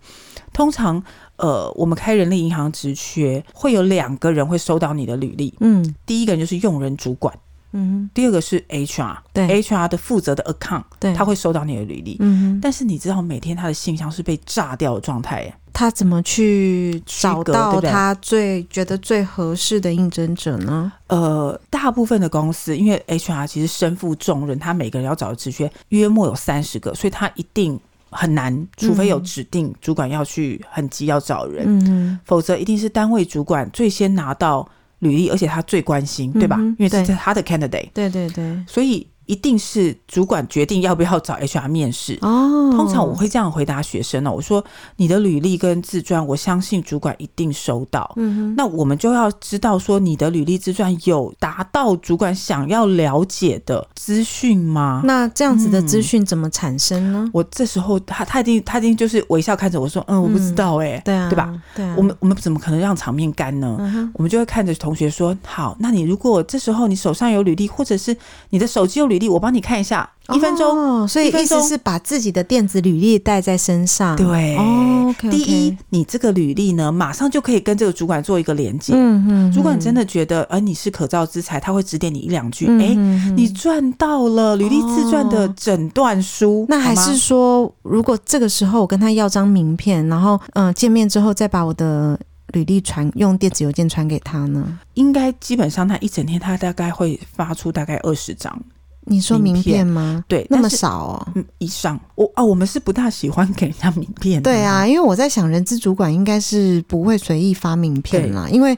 C: 通常呃我们开人力银行职缺，会有两个人会收到你的履历，
B: 嗯
C: 第一个人就是用人主管，
B: 嗯
C: 第二个是 HR，
B: 对
C: HR 的负责的 account，
B: 对
C: 他会收到你的履历
B: 哼，，嗯哼，
C: 但是你知道每天他的信箱是被炸掉的状态耶，
B: 他怎么去找
C: 区隔对
B: 到
C: 不对
B: 他最觉得最合适的应征者呢？
C: 呃，大部分的公司因为 HR 其实身负重任，他每个人要找的职缺约莫有三十个，所以他一定很难，除非有指定主管要去很急要找人，
B: 嗯哼，
C: 否则一定是单位主管最先拿到履历，而且他最关心，对吧？
B: 嗯哼
C: 因为这是
B: 对
C: 他的 candidate，
B: 对对对，
C: 所以一定是主管决定要不要找 HR 面试。
B: 哦，
C: 通常我会这样回答学生呢、哦我说你的履历跟自传，我相信主管一定收到。
B: 嗯哼，
C: 那我们就要知道说，你的履历自传有达到主管想要了解的资讯吗？
B: 那这样子的资讯怎么产生呢？
C: 嗯我这时候他他一定他一定就是微笑看着我说，嗯，我不知道哎、
B: 对啊，
C: 对吧？
B: 对啊，
C: 我们我们怎么可能让场面干呢？
B: 嗯哼
C: 我们就会看着同学说：“好，那你如果这时候你手上有履历，或者是你的手机有履历，我帮你看一下，一分钟。
B: 哦，所以
C: 一分
B: 意思
C: 钟
B: 是把自己的电子履历带在身上。
C: 对，
B: 哦，OK，OK
C: 第一，你这个履历呢，马上就可以跟这个主管做一个连接。
B: 嗯嗯，
C: 主管
B: 嗯
C: 真的觉得，呃，你是可造之才，他会指点你一两句。
B: 嗯
C: 哎、
B: 嗯嗯
C: 你赚到了履历自传的诊断书，
B: 那还
C: 好
B: 是
C: 吗
B: 说，如果这个时候我跟他要张名片，然后嗯、呃见面之后再把我的履历传用电子邮件传给他呢？
C: 应该基本上他一整天他大概会发出大概二十张，
B: 你说名
C: 名片
B: 片吗？
C: 对，
B: 那么
C: 但是
B: 少哦？
C: 嗯以上。我啊，我们是不大喜欢给人家名片的，
B: 对啊，因为我在想，人资主管应该是不会随意发名片
C: 对
B: 啦，因为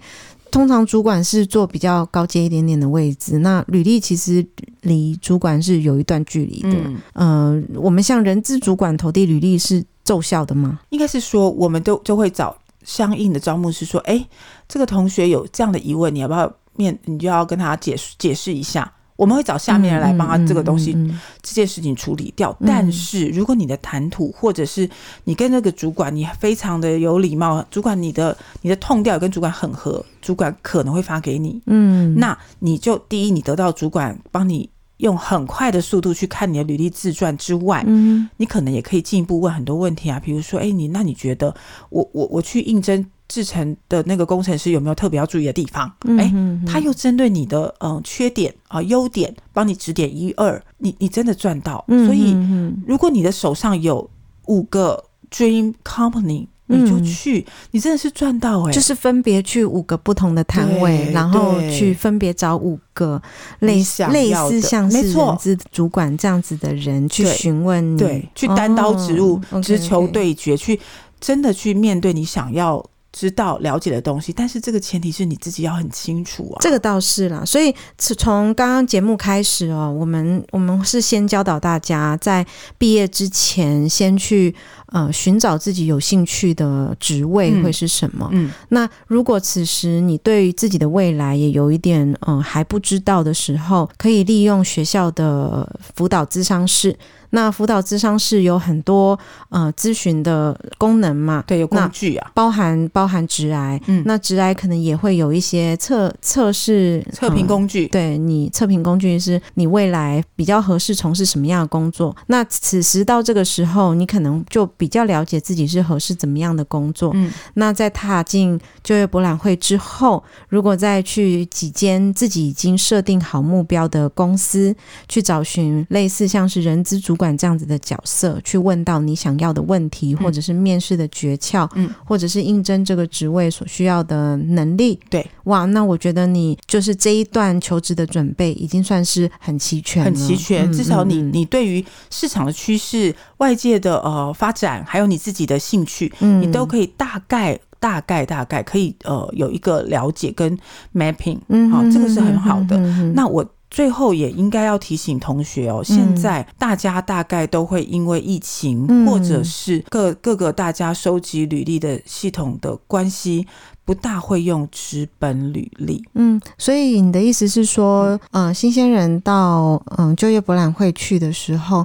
B: 通常主管是做比较高阶一点点的位置，那履历其实离主管是有一段距离的。
C: 嗯。
B: 呃，我们向人资主管投递履历是奏效的吗？
C: 应该是说，我们都就会找相应的招募师说，哎、这个同学有这样的疑问，你要不要面？你就要跟他解释解释一下。我们会找下面人来帮他这个东西、
B: 嗯嗯嗯嗯
C: 这件事情处理掉。
B: 嗯
C: 但是，如果你的谈吐或者是你跟那个主管你非常的有礼貌，主管你的你的痛调也跟主管很合，主管可能会发给你。
B: 嗯，
C: 那你就第一，你得到主管帮你用很快的速度去看你的履历自传之外，
B: 嗯
C: 你可能也可以进一步问很多问题啊，比如说，哎、你那你觉得我我我去应征制成的那个工程师有没有特别要注意的地方？
B: 嗯，
C: 哎、
B: 嗯
C: 他又针对你的嗯、呃缺点啊优、点，帮你指点一二，你你真的赚到。
B: 嗯
C: 所以
B: 嗯嗯
C: 如果你的手上有五个 dream company，你就
B: 嗯
C: 去，你真的是赚到哎、
B: 就是分别去五个不同的摊位，
C: 对
B: 然后
C: 对
B: 去分别找五个
C: 你
B: 类似
C: 想
B: 类
C: 要
B: 似
C: 的
B: 像是
C: 没错
B: 人资主管这样子的人去
C: 对
B: 询问你，
C: 对，去单刀直入，
B: 哦
C: 直球
B: OK，OK
C: 对决，去真的去面对你想要知道、了解的东西。但是这个前提是你自己要很清楚啊。
B: 这个倒是啦，所以此从刚刚节目开始哦，我们我们是先教导大家在毕业之前先去呃寻找自己有兴趣的职位
C: 嗯
B: 会是什么。
C: 嗯，
B: 那如果此时你对于自己的未来也有一点嗯、呃还不知道的时候，可以利用学校的辅导咨商室。那辅导咨商室有很多呃咨询的功能嘛，
C: 对，有
B: 那
C: 工具啊，
B: 包含包含直癌，
C: 嗯
B: 那直癌可能也会有一些测测试
C: 测评
B: 嗯
C: 工具。
B: 对你测评工具是你未来比较合适从事什么样的工作。那此时到这个时候，你可能就比较了解自己是合适怎么样的工作。
C: 嗯，
B: 那在踏进就业博览会之后，如果再去几间自己已经设定好目标的公司去找寻类似像是人资主管这样子的角色，去问到你想要的问题，或者是面试的诀窍，
C: 嗯，
B: 或者是应征这个职位所需要的能力，
C: 对，
B: 哇，那我觉得你就是这一段求职的准备已经算是很齐全了，
C: 很齐全，
B: 嗯
C: 至少你
B: 嗯
C: 你对于市场的趋势、外界的呃发展，还有你自己的兴趣，
B: 嗯
C: 你都可以大概、大概、大概可以呃有一个了解跟 mapping，
B: 嗯
C: 好，这个是很好的。
B: 嗯
C: 那我最后也应该要提醒同学哦，现在大家大概都会因为疫情，
B: 嗯
C: 或者是各各个大家收集履历的系统的关系，不大会用纸本履历。
B: 嗯，所以你的意思是说，
C: 嗯
B: 呃，新鲜人到嗯、呃就业博览会去的时候，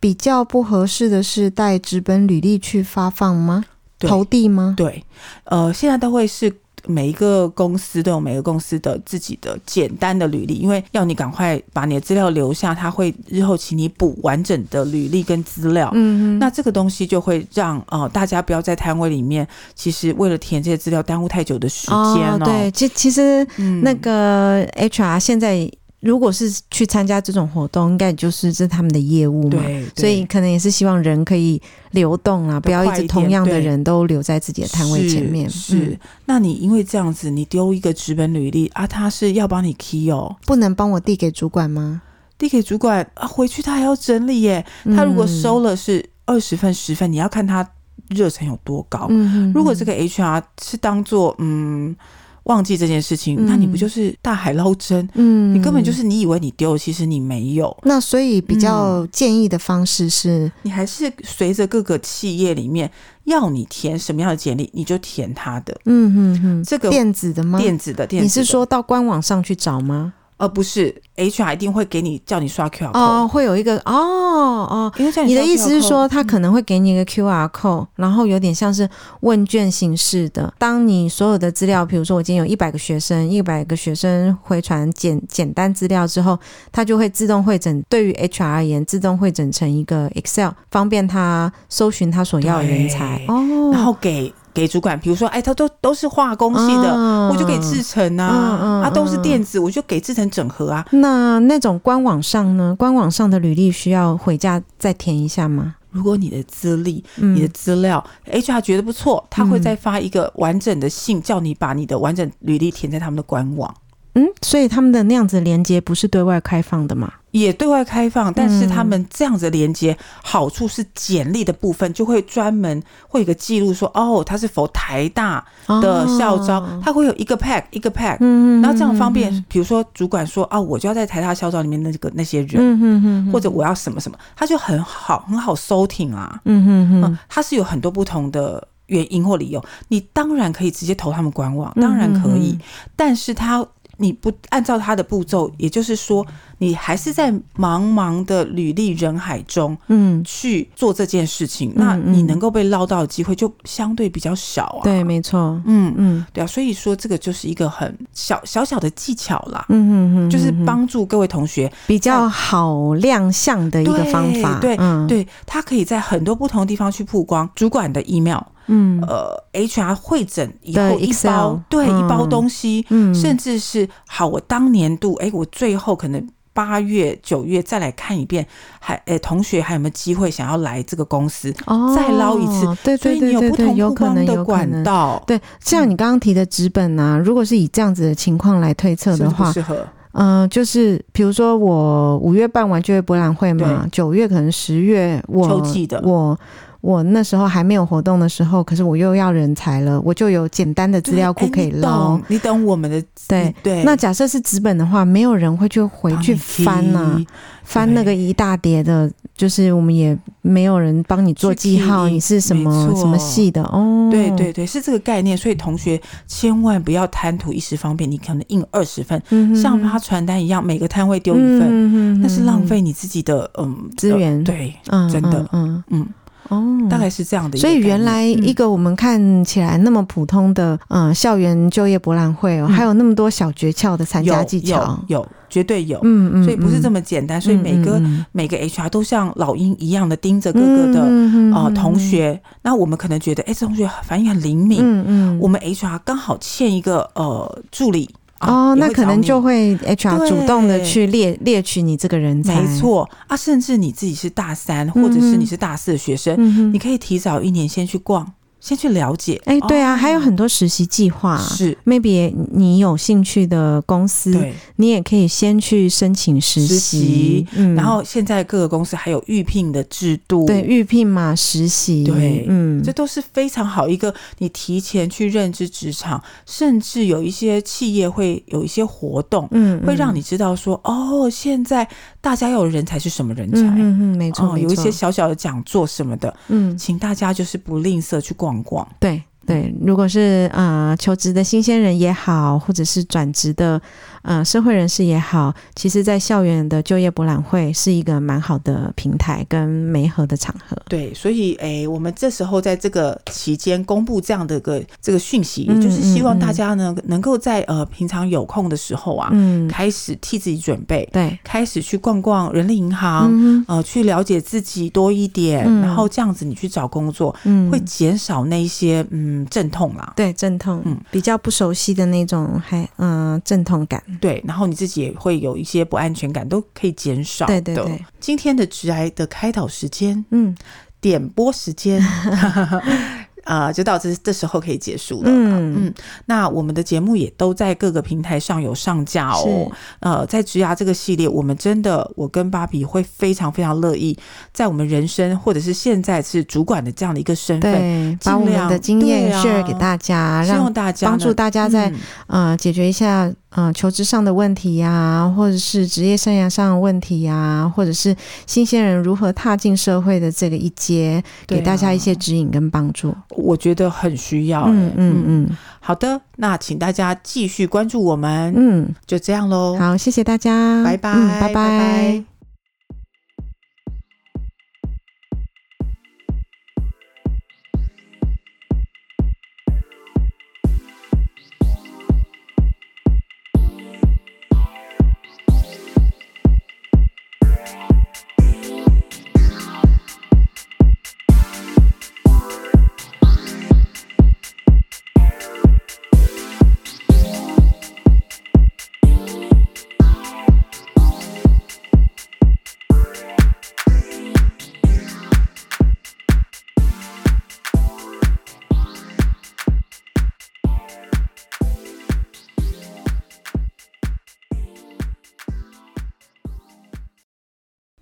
B: 比较不合适的是带纸本履历去发放吗？
C: 对
B: 投递吗？
C: 对，呃，现在都会是。每一个公司都有每个公司的自己的简单的履历，因为要你赶快把你的资料留下，他会日后请你补完整的履历跟资料。
B: 嗯嗯，
C: 那这个东西就会让呃大家不要在摊位里面，其实为了填这些
B: 哦
C: 资料耽误太久的时间哦
B: 哦，对，其其实
C: 嗯
B: 那个 HR 现在。如果是去参加这种活动，应该就是这是他们的业务嘛。
C: 对，
B: 嗯所以可能也是希望人可以流动啊，不要一
C: 快一
B: 直
C: 点
B: 同样的
C: 对
B: 人都留在自己的摊位前面。
C: 是，是
B: 嗯
C: 那你因为这样子，你丢一个纸本履历啊，他是要帮你 key 哦，
B: 不能帮我递给主管吗？
C: 递给主管啊，回去他还要整理耶。他如果
B: 嗯
C: 收了是二十份、十份，你要看他热忱有多高。
B: 嗯，嗯，
C: 如果这个 HR 是当做嗯忘记这件事情，
B: 嗯
C: 那你不就是大海捞针？
B: 嗯，嗯
C: 你根本就是你以为你丢了，其实你没有。
B: 那，所以比
C: 嗯
B: 较建议的方式是，
C: 你还是随着各个企业里面要你填什么样的简历，你就填他的
B: 嗯嗯嗯，
C: 这个
B: 电子的吗？
C: 电子的电子的。
B: 你是说到官网上去找吗？
C: 而不是 HR 一定会给你叫你刷 QR code，、
B: 哦，会有一个哦哦。
C: 因为叫
B: 你的
C: 刷
B: 意思是
C: QR code
B: 说，他可能会给你一个 QR code，然后有点像是问卷形式的。当你所有的资料，比如说我今天有一百个学生，一百个学生回传简简单资料之后，它就会自动会诊。对于 HR 而言，自动会诊成一个 Excel，方便他搜寻他所要的人才。
C: 对
B: 哦，
C: 然后给给主管，比如说，哎，他都都是化工系的，
B: 嗯
C: 我就给制成啊，
B: 嗯嗯
C: 啊，都是
B: 嗯
C: 电子，我就给制成整合啊。
B: 那那种官网上呢？官网上的履历需要回家再填一下吗？
C: 如果你的资历、
B: 嗯，
C: 你的资料，HR 觉得不错，他会再发一个完整的信，叫你把你的完整履历填在他们的官网，
B: 嗯，所以他们的那样子连接不是对外开放的嘛？
C: 也对外开放。但
B: 嗯
C: 是他们这样子连接，好处是简历的部分就会专门会有一个记录说，哦，他是否台大的校招，
B: 哦
C: 他会有一个 pack 一个 pack，
B: 嗯，
C: 然后这样方便，比如说主管说啊，我就要在台大校招里面那个那些人，
B: 嗯，嗯哼哼，
C: 或者我要什么什么，他就很好很好收挺啊，
B: 嗯哼哼，
C: 嗯，他是有很多不同的原因或理由，你当然可以直接投他们官网，当然可以，
B: 嗯
C: 但是他你不按照他的步骤，也就是说，你还是在茫茫的履历人海中
B: 嗯，
C: 去做这件事情，
B: 嗯
C: 那你
B: 嗯
C: 能够被捞到的机会就相对比较少啊，
B: 对，没错，
C: 嗯。
B: 嗯
C: 对啊，所以说这个就是一个很小小小的技巧啦，
B: 嗯哼哼，
C: 就是
B: 嗯哼
C: 帮助各位同学，
B: 比较好亮相的一个方法，
C: 对
B: 嗯，
C: 对他可以在很多不同地方去曝光主管的 email，
B: 嗯
C: 呃，HR 会诊以后
B: 对
C: 一包
B: Excel，
C: 对
B: 嗯
C: 一包东西，
B: 嗯，
C: 甚至是好，我当年度哎，我最后可能。八月、九月再来看一遍，还诶，同学还有没有机会想要来这个公司？
B: 哦
C: 再捞一次，
B: 对
C: 所
B: 对
C: 以你
B: 对
C: 有
B: 对
C: 不
B: 对，
C: 同
B: 有
C: 曝
B: 可
C: 光
B: 能
C: 的
B: 有可能
C: 管。道，嗯
B: 对，像你刚刚提的纸本啊，如果是以这样子的情况来推测
C: 是
B: 的
C: 不是不
B: 话，
C: 适合。
B: 嗯，就是比如说我五月办完就业博览会嘛，九月可能十月我
C: 秋季的
B: 我我那时候还没有活动的时候，可是我又要人才了，我就有简单的资料库
C: 哎
B: 可以
C: 你
B: 捞
C: 懂。你懂我们的
B: 对
C: 对，
B: 那假设是纸本的话，没有人会去回去翻呐、啊
C: 帮你提
B: 翻那个一大叠的，就是我们也没有人帮你做
C: 去
B: 记号，
C: 提
B: 你是什
C: 没
B: 么
C: 错
B: 什么系的哦？
C: 对对对，是这个概念，所以同学千万不要贪图一时方便，你可能印二十份，
B: 嗯哼哼，
C: 像发传单一样，每个摊位丢一
B: 嗯
C: 份，
B: 哼哼
C: 那是
B: 哼
C: 浪
B: 哼
C: 费你自己的嗯
B: 资
C: 呃
B: 源
C: 对，
B: 嗯
C: 真的
B: 嗯
C: 嗯，
B: 嗯哦，
C: 大概是这样的一个
B: 所
C: 概
B: 以
C: 念。
B: 原来一
C: 嗯
B: 个我们看起来那么普通的，嗯、校园就业博览会哦，
C: 嗯
B: 还有那么多小诀窍的参加
C: 有
B: 技巧，
C: 有有绝对有，
B: 嗯嗯，
C: 所以不是这
B: 么，
C: 么简单，所以每个
B: 嗯
C: 每个 HR 都像老鹰一样的盯着各个的
B: 嗯
C: 呃同，
B: 嗯
C: 学，那我们可能觉得，哎，这同学反应很灵敏，
B: 嗯嗯，
C: 我们 HR 刚好欠一个呃助理啊
B: 哦，
C: 也
B: 那
C: 会
B: 可
C: 找
B: 能
C: 你
B: 就会 HR
C: 对
B: 主动的去猎猎取你这个人才，
C: 没，错啊，甚至你自己是大三，或者是你是大四的学生，
B: 嗯哼
C: 你，可以提早一年先去逛，先去了解。
B: 哎，对啊，
C: 哦
B: 还有很多实习计划。
C: 是，
B: maybe 你有兴趣的公司，
C: 对。
B: 你也可以先去申请实
C: 实习
B: 习，嗯
C: 然后现在各个公司还有预聘的制度，
B: 对，预聘嘛，实习，
C: 对
B: 嗯，
C: 这都是非常好一个你提前去认知职场，甚至有一些企业会有一些活动，
B: 嗯，
C: 会让
B: 你
C: 你知道说，哦，现在大家要的人才是什么人才。
B: 嗯嗯嗯，没错，
C: 哦，
B: 没
C: 有一些
B: 错
C: 小小的讲座什么的，
B: 嗯，
C: 请大家就是不吝啬去逛逛。
B: 对对，如果是呃求职的新鲜人也好，或者是转职的呃社会人士也好，其实，在校园的就业博览会是一个蛮好的平台跟媒合的场合。
C: 对，所以诶，我们这时候在这个期间公布这样的一个这个讯息，
B: 嗯
C: 也就是希
B: 嗯
C: 望大
B: 嗯
C: 家呢能够在呃平常有空的时候啊，
B: 嗯，
C: 开始替自己准备，
B: 对，
C: 开始去逛逛人力银行，
B: 嗯
C: 呃，去了解自己多一点，
B: 嗯
C: 然后这样子你去找工作，
B: 嗯，
C: 会减少那一些嗯阵痛啦。
B: 对阵痛，
C: 嗯
B: 比较不熟悉的那种还嗯、呃阵痛感。
C: 对，然后你自己也会有一些不安全感，都可以减少的。
B: 对对对
C: 今天的直癌的开导时间、
B: 嗯，
C: 点播 时间， 啊、就到这这时候可以结束了。
B: 嗯
C: 嗯，那我们的节目也都在各个平台上有上架哦。呃，在植牙这个系列，我们真的，我跟芭比会非常非常乐意，在我们人生或者是现在是主管的这样的一个身份，
B: 对，
C: 尽
B: 把我们
C: 量
B: 的经验
C: 对啊
B: share 给大家，
C: 希望
B: 让
C: 大家
B: 帮助
C: 呢
B: 大家在
C: 嗯
B: 呃，解决一下呃求职上的问题呀、或者是职业生涯上的问题呀、或者是新鲜人如何踏进社会的这个一阶，
C: 对
B: 给大家一些
C: 啊
B: 指引跟帮助。
C: 我觉得很需要、
B: 嗯嗯
C: 嗯，
B: 嗯
C: 好的，那请大家继续关注我们，
B: 嗯，
C: 就这样喽，
B: 好，谢谢大家，
C: 拜拜，
B: 嗯，拜
C: 拜拜